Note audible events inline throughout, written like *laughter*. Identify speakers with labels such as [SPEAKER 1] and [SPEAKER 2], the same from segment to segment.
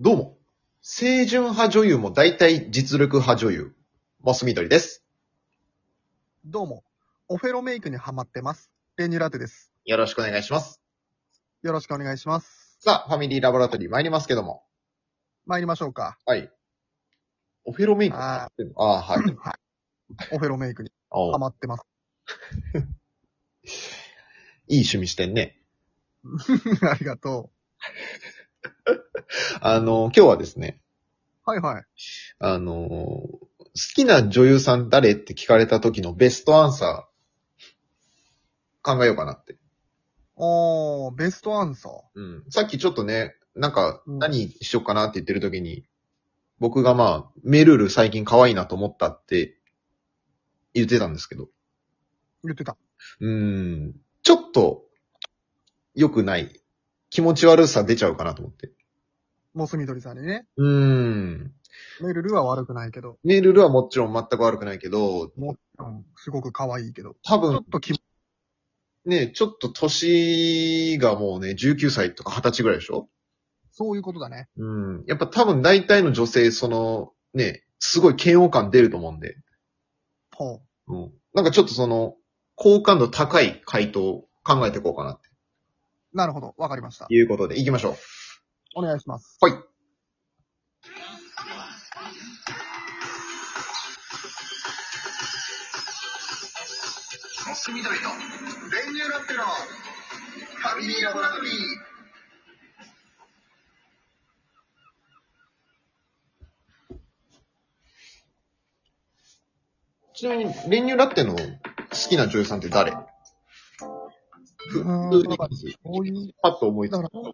[SPEAKER 1] どうも。清純派女優も大体実力派女優。モスみどりです。
[SPEAKER 2] どうも、オフェロメイクにハマってます。レニューラテです。
[SPEAKER 1] よろしくお願いします。
[SPEAKER 2] よろしくお願いします。
[SPEAKER 1] さあ、ファミリーラボラトリー参りますけども。
[SPEAKER 2] 参りましょうか。
[SPEAKER 1] はい。オフェロメイク
[SPEAKER 2] あ
[SPEAKER 1] ってんのああ、はい。
[SPEAKER 2] オフェロメイクに
[SPEAKER 1] お
[SPEAKER 2] ハマってます。 *laughs*
[SPEAKER 1] いい趣味してんね。
[SPEAKER 2] ありがと
[SPEAKER 1] あの、今日はですね、
[SPEAKER 2] う。はいはい。
[SPEAKER 1] あの、好きな女優さん誰って聞かれた時のベストアンサー、考えようかなって。
[SPEAKER 2] おー、ベストアンサー。
[SPEAKER 1] うん。さっきちょっとね、なんか、
[SPEAKER 2] うん
[SPEAKER 1] 何しよっかなって言ってる時に、僕がまあ、メルル最近可愛いなと思ったって言ってたんですけど、
[SPEAKER 2] 言ってた。
[SPEAKER 1] うーん、ちょっと良くない。気持ち悪さ出ちゃうかなと思って。
[SPEAKER 2] モスミドリさんにね。
[SPEAKER 1] うーん。
[SPEAKER 2] メルルは悪くないけど。
[SPEAKER 1] メルルはもちろん全く悪くないけど、
[SPEAKER 2] うん、すごく可愛いけど。
[SPEAKER 1] 多
[SPEAKER 2] ちょ
[SPEAKER 1] 分
[SPEAKER 2] っとき、
[SPEAKER 1] ね、ちょっと年がもうね、19歳とか20歳ぐらいでしょ
[SPEAKER 2] そういうことだね。
[SPEAKER 1] うん。やっぱ多分大体の女性、その、ね、すごい嫌悪感出ると思うんで。
[SPEAKER 2] ほう。
[SPEAKER 1] うん。なんかちょっとその、好感度高い回答を考えていこうかなっ
[SPEAKER 2] なるほど。わかりました
[SPEAKER 1] て。いうことで、行きましょう。
[SPEAKER 2] お願いします。
[SPEAKER 1] はい。
[SPEAKER 2] モスミドリのレニューラテのファミリーラボラトリー。
[SPEAKER 1] ちなみに、練乳ラッテの好きな女優さんって誰ふ
[SPEAKER 2] うん
[SPEAKER 1] 普通にまず
[SPEAKER 2] そういう
[SPEAKER 1] パッと思いつ
[SPEAKER 2] だ
[SPEAKER 1] く
[SPEAKER 2] か。ら、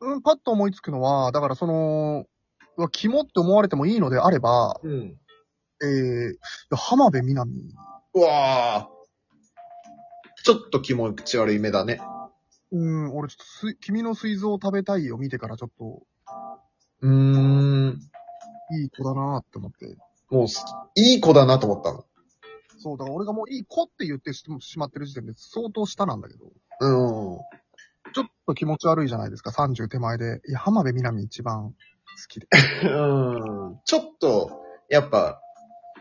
[SPEAKER 2] うん、パッと思いつくのは、だからその、うわ、肝って思われてもいいのであれば、
[SPEAKER 1] うん。
[SPEAKER 2] えー、いや浜辺美波。
[SPEAKER 1] うわーちょっと気持ち悪い目だね。
[SPEAKER 2] うん、俺ちょっとす、君の膵臓を食べたいを見てからちょっと、
[SPEAKER 1] うーん。
[SPEAKER 2] いい子だなって思って。
[SPEAKER 1] もうす、いい子だなと思ったの。
[SPEAKER 2] そう、だから俺がもういい子って言ってししまってる時点で相当下なんだけど、
[SPEAKER 1] うん。
[SPEAKER 2] ちょっと気持ち悪いじゃないですか、30手前で。いや、浜辺美波一番好きで。
[SPEAKER 1] うんちょっと、やっぱ、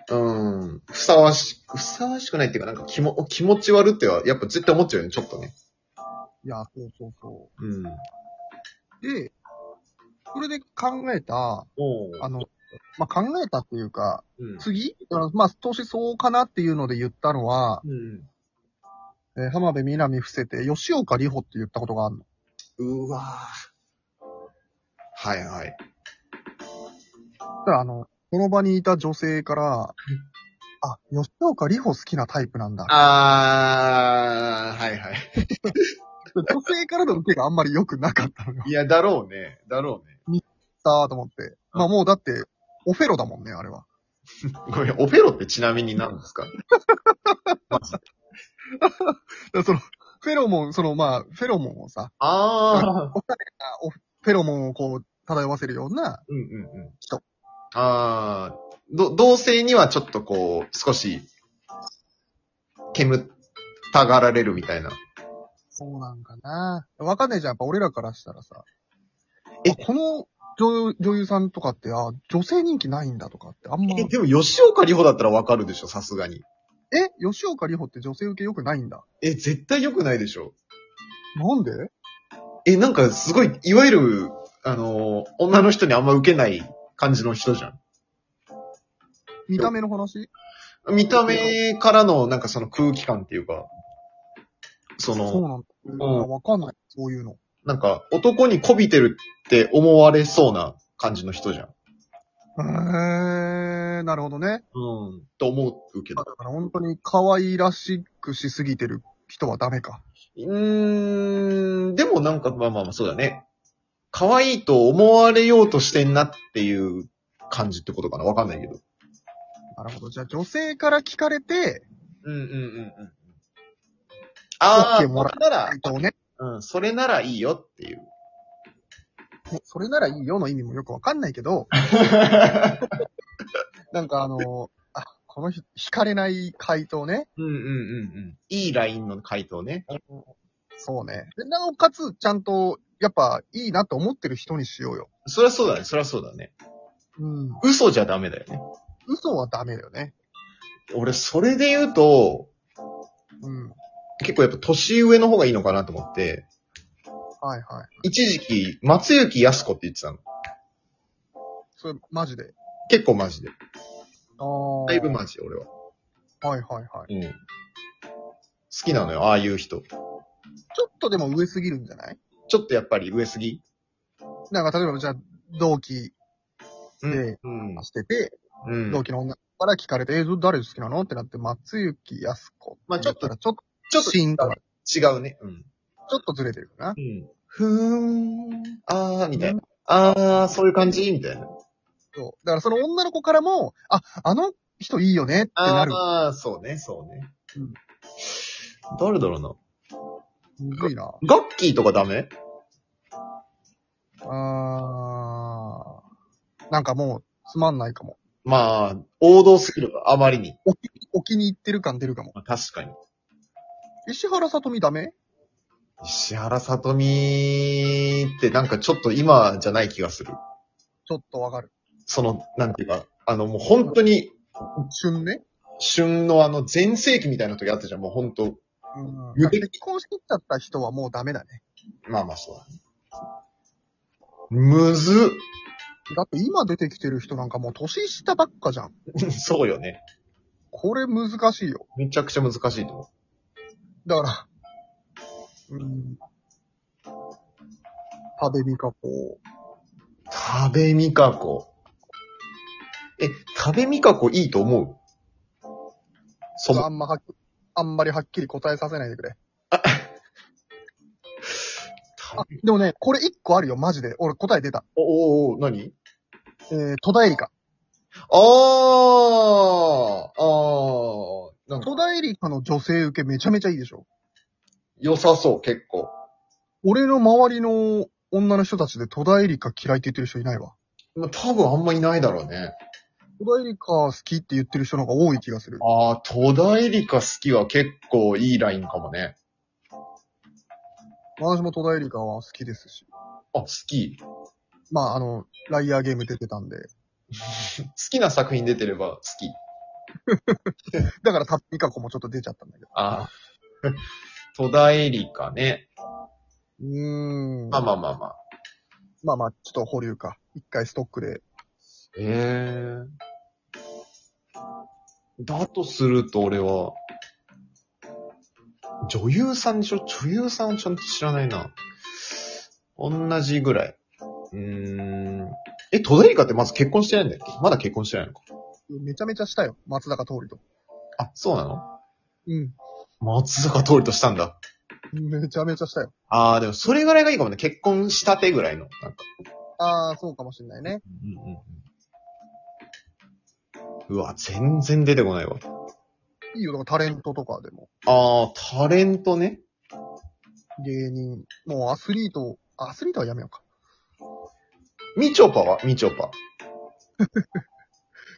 [SPEAKER 1] うん、ふさわし、ふさわしくないっていうか、なんか気も、気持ち悪っては、やっぱ絶対思っちゃうよね、ちょっとね。
[SPEAKER 2] いや、そうそうそ
[SPEAKER 1] うん。
[SPEAKER 2] う。で、それで考えた、
[SPEAKER 1] おう
[SPEAKER 2] あの、まあ、考えたっていうか、
[SPEAKER 1] うん。
[SPEAKER 2] 次、だからまあ、年相応かなっていうので言ったのは、
[SPEAKER 1] うん。
[SPEAKER 2] えー浜辺美波伏せて、吉岡里帆って言ったことがあるの。
[SPEAKER 1] うわぁはいはい。
[SPEAKER 2] だから、あの、その場にいた女性から、あ、吉岡里帆好きなタイプなんだ。
[SPEAKER 1] あー、はいはい。
[SPEAKER 2] 女性からの受けがあんまり良くなかったの *laughs* よ。
[SPEAKER 1] いや、だろうね。だろうね。
[SPEAKER 2] だーと思って。まあもうだって、オフェロだもんね、あれは。
[SPEAKER 1] ごめん、オフェロってちなみに何ですか
[SPEAKER 2] だからその、フェロモン、そのまあ、フェロモンをさ、
[SPEAKER 1] あー。
[SPEAKER 2] あおフェロモンをこう、漂わせるような、
[SPEAKER 1] うんうんうん。
[SPEAKER 2] 人
[SPEAKER 1] あー、ど、同性にはちょっとこう、少し、煙たがられるみたいな。
[SPEAKER 2] そうなんかな。わかんないじゃん、やっぱ俺らからしたらさ。
[SPEAKER 1] え
[SPEAKER 2] え、この女優女優さんとかって、あ、女性人気ないんだとかって、あんま
[SPEAKER 1] え、、でも吉岡里帆だったらわかるでしょ、さすがに。
[SPEAKER 2] え、吉岡里帆って女性受け良くないんだ。
[SPEAKER 1] え、絶対良くないでしょ。
[SPEAKER 2] なんで
[SPEAKER 1] え、なんかすごい、いわゆる、あのー女の人にあんま受けない感じの人じゃ
[SPEAKER 2] 見た目の話
[SPEAKER 1] ん。見た目からの、なんかその空気感っていうか、そ
[SPEAKER 2] そう
[SPEAKER 1] の、
[SPEAKER 2] なんだ。
[SPEAKER 1] ん
[SPEAKER 2] あわかんない、そういうの。
[SPEAKER 1] なんか男に媚びてるって思われそうな感じの人じゃん。
[SPEAKER 2] へー、なるほどね。
[SPEAKER 1] うん。と思うけ
[SPEAKER 2] まあ
[SPEAKER 1] ど。
[SPEAKER 2] だから本当に可愛らしくしすぎてる人はダメか。
[SPEAKER 1] うーん、でもなんか、まあまあまあ、そうだね。可愛いと思われようとしてんなっていう感じってことかなわかんないけど。
[SPEAKER 2] なるほど。じゃあ女性から聞かれて、
[SPEAKER 1] うんうんうんうん。ああ、
[SPEAKER 2] OK もら
[SPEAKER 1] それなら
[SPEAKER 2] 回、答ね。
[SPEAKER 1] うん、それならいいよっていう。
[SPEAKER 2] それならいいよの意味もよくわかんないけど、なんかあの、あ、この人、惹かれない回答ね。
[SPEAKER 1] *laughs* うんうんうんうん。いいラインの回答ね。
[SPEAKER 2] そうね。でなおかつ、ちゃんとやっぱいいなと思ってる人にしようよ。
[SPEAKER 1] そりゃそうだね、そりゃそうだね。
[SPEAKER 2] うん。
[SPEAKER 1] 嘘じゃダメだよね。
[SPEAKER 2] 嘘はダメだよね。
[SPEAKER 1] 俺、それで言うと、
[SPEAKER 2] うん。
[SPEAKER 1] 結構やっぱ年上の方がいいのかなと思って、
[SPEAKER 2] はいはい。
[SPEAKER 1] 一時期、松雪康子って言ってたの。
[SPEAKER 2] それ、マジで。
[SPEAKER 1] 結構マジで。
[SPEAKER 2] ああ。
[SPEAKER 1] だいぶマジで、俺は。
[SPEAKER 2] はいはいはい。
[SPEAKER 1] うん。好きなのよ、ああいう人。
[SPEAKER 2] ちょっとでも上すぎるんじゃない
[SPEAKER 1] ちょっとやっぱり上すぎ
[SPEAKER 2] なんか例えばじゃあ、同期で
[SPEAKER 1] うん。
[SPEAKER 2] してて、
[SPEAKER 1] うん。
[SPEAKER 2] 同期の女から聞かれて、えー、誰好きなのってなって、松雪康子。
[SPEAKER 1] まあちょっと
[SPEAKER 2] ちょっ
[SPEAKER 1] ちょ
[SPEAKER 2] と
[SPEAKER 1] っと
[SPEAKER 2] シーンと、
[SPEAKER 1] 違うね。うん。
[SPEAKER 2] ちょっとずれてるかな。
[SPEAKER 1] うん。ふーん。あー、みたいな。あー、そういう感じみたいな。
[SPEAKER 2] そう。だからその女の子からも、あ、あの人いいよねってなる。
[SPEAKER 1] あー、そうね、そうね。
[SPEAKER 2] うん
[SPEAKER 1] 誰だろうな。
[SPEAKER 2] むずいな。
[SPEAKER 1] ガッキーとかダメ
[SPEAKER 2] あー。なんかもう、つまんないかも。
[SPEAKER 1] まあ、王道すぎるか、あまりに。
[SPEAKER 2] お気お気に入ってる感出るかも。
[SPEAKER 1] まあ、確かに。
[SPEAKER 2] 石原さとみダメ
[SPEAKER 1] 石原さとみってなんかちょっと今じゃない気がする。
[SPEAKER 2] ちょっとわかる。
[SPEAKER 1] その、なんていうか、あのもう本当に、
[SPEAKER 2] 旬ね。
[SPEAKER 1] 旬のあの前世紀みたいな時あったじゃん、もう本当
[SPEAKER 2] うん。
[SPEAKER 1] 無敵
[SPEAKER 2] 結婚してきちゃった人はもうダメだね。
[SPEAKER 1] まあまあそうだね。むず
[SPEAKER 2] だって今出てきてる人なんかもう年下ばっかじゃん。
[SPEAKER 1] っ *laughs* そうよね。
[SPEAKER 2] これ難しいよ。
[SPEAKER 1] めちゃくちゃ難しいと思
[SPEAKER 2] だから、うん。食べみかこ
[SPEAKER 1] う。食べみかこ。え、食べみかこいいと思うそ
[SPEAKER 2] あ
[SPEAKER 1] も、
[SPEAKER 2] んまはっきあんまりはっきり答えさせないでくれ。あ、でもね、これ一個あるよ、マジで。俺答え出た。
[SPEAKER 1] おおー何
[SPEAKER 2] えー、戸田恵梨香。
[SPEAKER 1] あーあーなんか
[SPEAKER 2] 戸田恵梨香の女性受けめちゃめちゃいいでしょ。
[SPEAKER 1] 良さそう、結構。
[SPEAKER 2] 俺の周りの女の人たちで戸田恵梨香嫌いって言ってる人いないわ。
[SPEAKER 1] まあ、多分あんまいないだろうね。
[SPEAKER 2] 戸田恵梨香好きって言ってる人の方が多い気がする。
[SPEAKER 1] ああ、戸田恵梨香好きは結構いいラインかもね。
[SPEAKER 2] 私も戸田恵梨香は好きですし。
[SPEAKER 1] あ、好き。好
[SPEAKER 2] まあ、あの、ライアーゲーム出てたんで。
[SPEAKER 1] きな作品出てれば好き。
[SPEAKER 2] だからタッピカコもちょっと出ちゃったんだけど。
[SPEAKER 1] ああ。 *laughs* 戸田恵梨香ね。
[SPEAKER 2] うーん。
[SPEAKER 1] まあまあまあまあ。
[SPEAKER 2] まあまあ、ちょっと保留か。一回ストックで。
[SPEAKER 1] ええだとすると俺は、女優さんでしょ女優さんはちゃんと知らないな。同じぐらい。うーん。え、戸田恵梨香ってまず結婚してないんだっけまだ結婚してないのか。
[SPEAKER 2] めちゃめちゃしたよ。松坂通りと。
[SPEAKER 1] あ、そうなの
[SPEAKER 2] うん。
[SPEAKER 1] 松坂通りとしたんだ。
[SPEAKER 2] めちゃめちゃしたよ。
[SPEAKER 1] ああ、でもそれぐらいがいいかもね。結婚したてぐらいの。なんか。
[SPEAKER 2] ああ、そうかもしんないね。
[SPEAKER 1] うんうんうん。うわ、全然出てこないわ。
[SPEAKER 2] いいよ、だからタレントとかでも。
[SPEAKER 1] あー、タレントね。
[SPEAKER 2] 芸人。もうアスリート、アスリートはやめようか。
[SPEAKER 1] みちょぱはみちょぱ。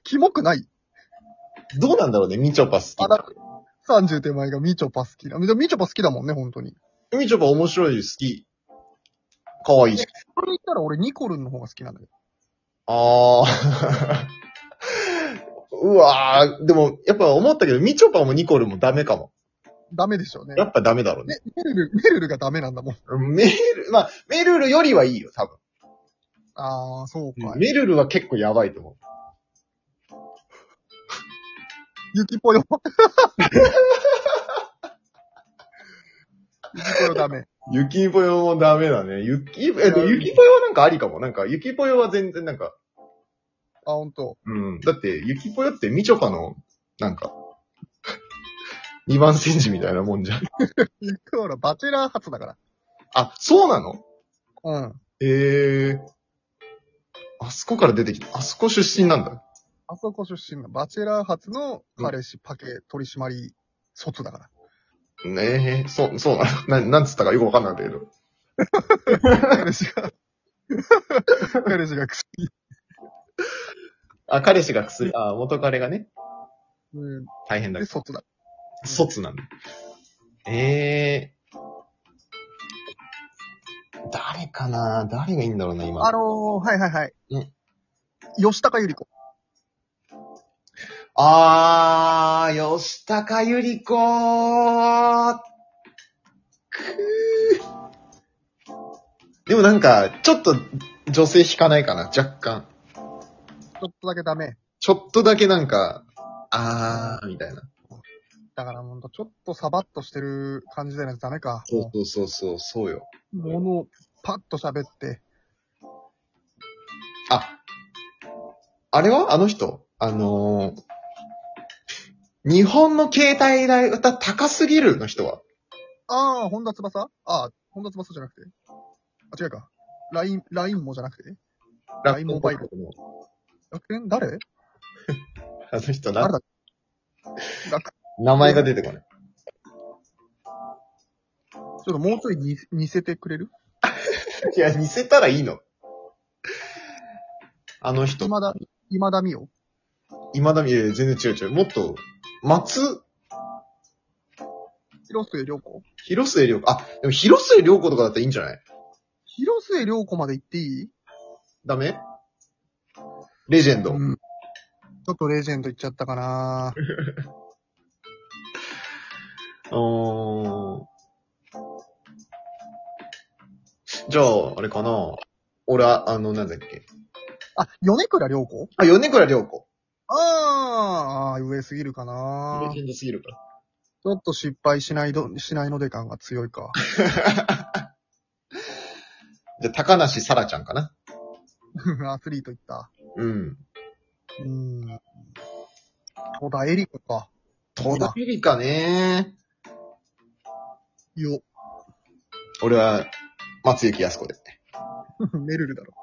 [SPEAKER 2] キモくない
[SPEAKER 1] どうなんだろうねみちょぱ好
[SPEAKER 2] あ、だって、30手前がみちょぱ好きだ。でもみちょぱ好きだもんね、本当に。
[SPEAKER 1] き。みちょぱ面白い、好き。かわいいし。
[SPEAKER 2] これ言ったら俺ニコルンの方が好きなんだけど。
[SPEAKER 1] あー。 *laughs* うわー、でも、やっぱ思ったけど、みちょぱもニコルもダメかも。
[SPEAKER 2] ダメでしょうね。
[SPEAKER 1] やっぱダメだろうね。
[SPEAKER 2] ね、メルル、メルルがダメなんだもん。
[SPEAKER 1] メルル、まあ、メルルよりはいいよ、多分。
[SPEAKER 2] ああ、そうか。
[SPEAKER 1] メルルは結構やばいと思う。
[SPEAKER 2] 雪ぽよ。 *laughs* 雪ぽよダメ。
[SPEAKER 1] ゆきぽよもダメだね。ゆき、えっと、ゆきぽよはなんかありかも。なんか、ゆきぽよは全然なんか、
[SPEAKER 2] あ、ほんと。
[SPEAKER 1] うん。だって、ゆきぽよってみちょぱの、なんか、 *laughs* 二番煎じみたいなもんじゃん。
[SPEAKER 2] ニコル、バチェラー初だから。
[SPEAKER 1] あ、そうなの
[SPEAKER 2] うん。
[SPEAKER 1] ええー。あそこから出てきた。あそこ出身なんだ。
[SPEAKER 2] あそこ出身の、バチェラー初の彼氏、パケ、取締卒だから。
[SPEAKER 1] ねえ、そう、そうなの。な、なんつったかよくわかんないんだけど。
[SPEAKER 2] 彼氏が、彼氏が薬。
[SPEAKER 1] *laughs* あ、彼氏が薬、あ、元彼がね、
[SPEAKER 2] うん。
[SPEAKER 1] 大変だ
[SPEAKER 2] で、。卒だ。
[SPEAKER 1] 卒なんだ。ええー。誰誰かな誰がいいんだろうな、今。
[SPEAKER 2] あのー、はいはいはい。
[SPEAKER 1] うん
[SPEAKER 2] 吉高由里子。
[SPEAKER 1] あー、吉高由里子くーでもなんか、ちょっと女性引かないかな、若干。
[SPEAKER 2] ちょっとだけダメ。
[SPEAKER 1] ちょっとだけなんか、あー、みたいな。
[SPEAKER 2] だからほんと、ちょっとサバッとしてる感じじゃないとダメか。
[SPEAKER 1] そうそうそうそう、そうよ。
[SPEAKER 2] ものをパッと喋って。
[SPEAKER 1] あ、あれはあの人あのー、日本の携帯代歌高すぎるの人は
[SPEAKER 2] ああ、本田翼ああ、本田翼じゃなくて。あ、違うか。LINE、LINE もじゃなくて。
[SPEAKER 1] ライン
[SPEAKER 2] モバイル
[SPEAKER 1] の。
[SPEAKER 2] 楽天誰
[SPEAKER 1] あの人
[SPEAKER 2] 誰
[SPEAKER 1] な、
[SPEAKER 2] だ楽
[SPEAKER 1] 名前が出てこない。
[SPEAKER 2] ちょっともうちょいに似せてくれる
[SPEAKER 1] いや、似せたらいいの。あの人。
[SPEAKER 2] 今田、今田美桜
[SPEAKER 1] 今だみ、いやいや全然違う違う。もっと、松、
[SPEAKER 2] 広末涼子
[SPEAKER 1] 広末涼子。あ、でも広末涼子とかだったらいいんじゃない
[SPEAKER 2] 広末涼子まで行っていい
[SPEAKER 1] ダメレジェンド。
[SPEAKER 2] ん。ちょっとレジェンド行っちゃったかな
[SPEAKER 1] うーん。じゃあ、あれかな俺、ああの、なんだっけ。
[SPEAKER 2] あ、米倉涼子
[SPEAKER 1] あ、米倉涼子。
[SPEAKER 2] あーあー、上すぎるかな
[SPEAKER 1] レジェンドすぎるから。
[SPEAKER 2] ちょっと失敗しないど、しないので感が強いか。 *laughs*
[SPEAKER 1] じゃあ、高梨沙羅ちゃんかな
[SPEAKER 2] アスリート行った。
[SPEAKER 1] うん。
[SPEAKER 2] うーん。戸田恵梨子か。
[SPEAKER 1] 戸田恵梨香ね
[SPEAKER 2] よ。
[SPEAKER 1] 俺は、松雪康子で。
[SPEAKER 2] *laughs* メルルだろ。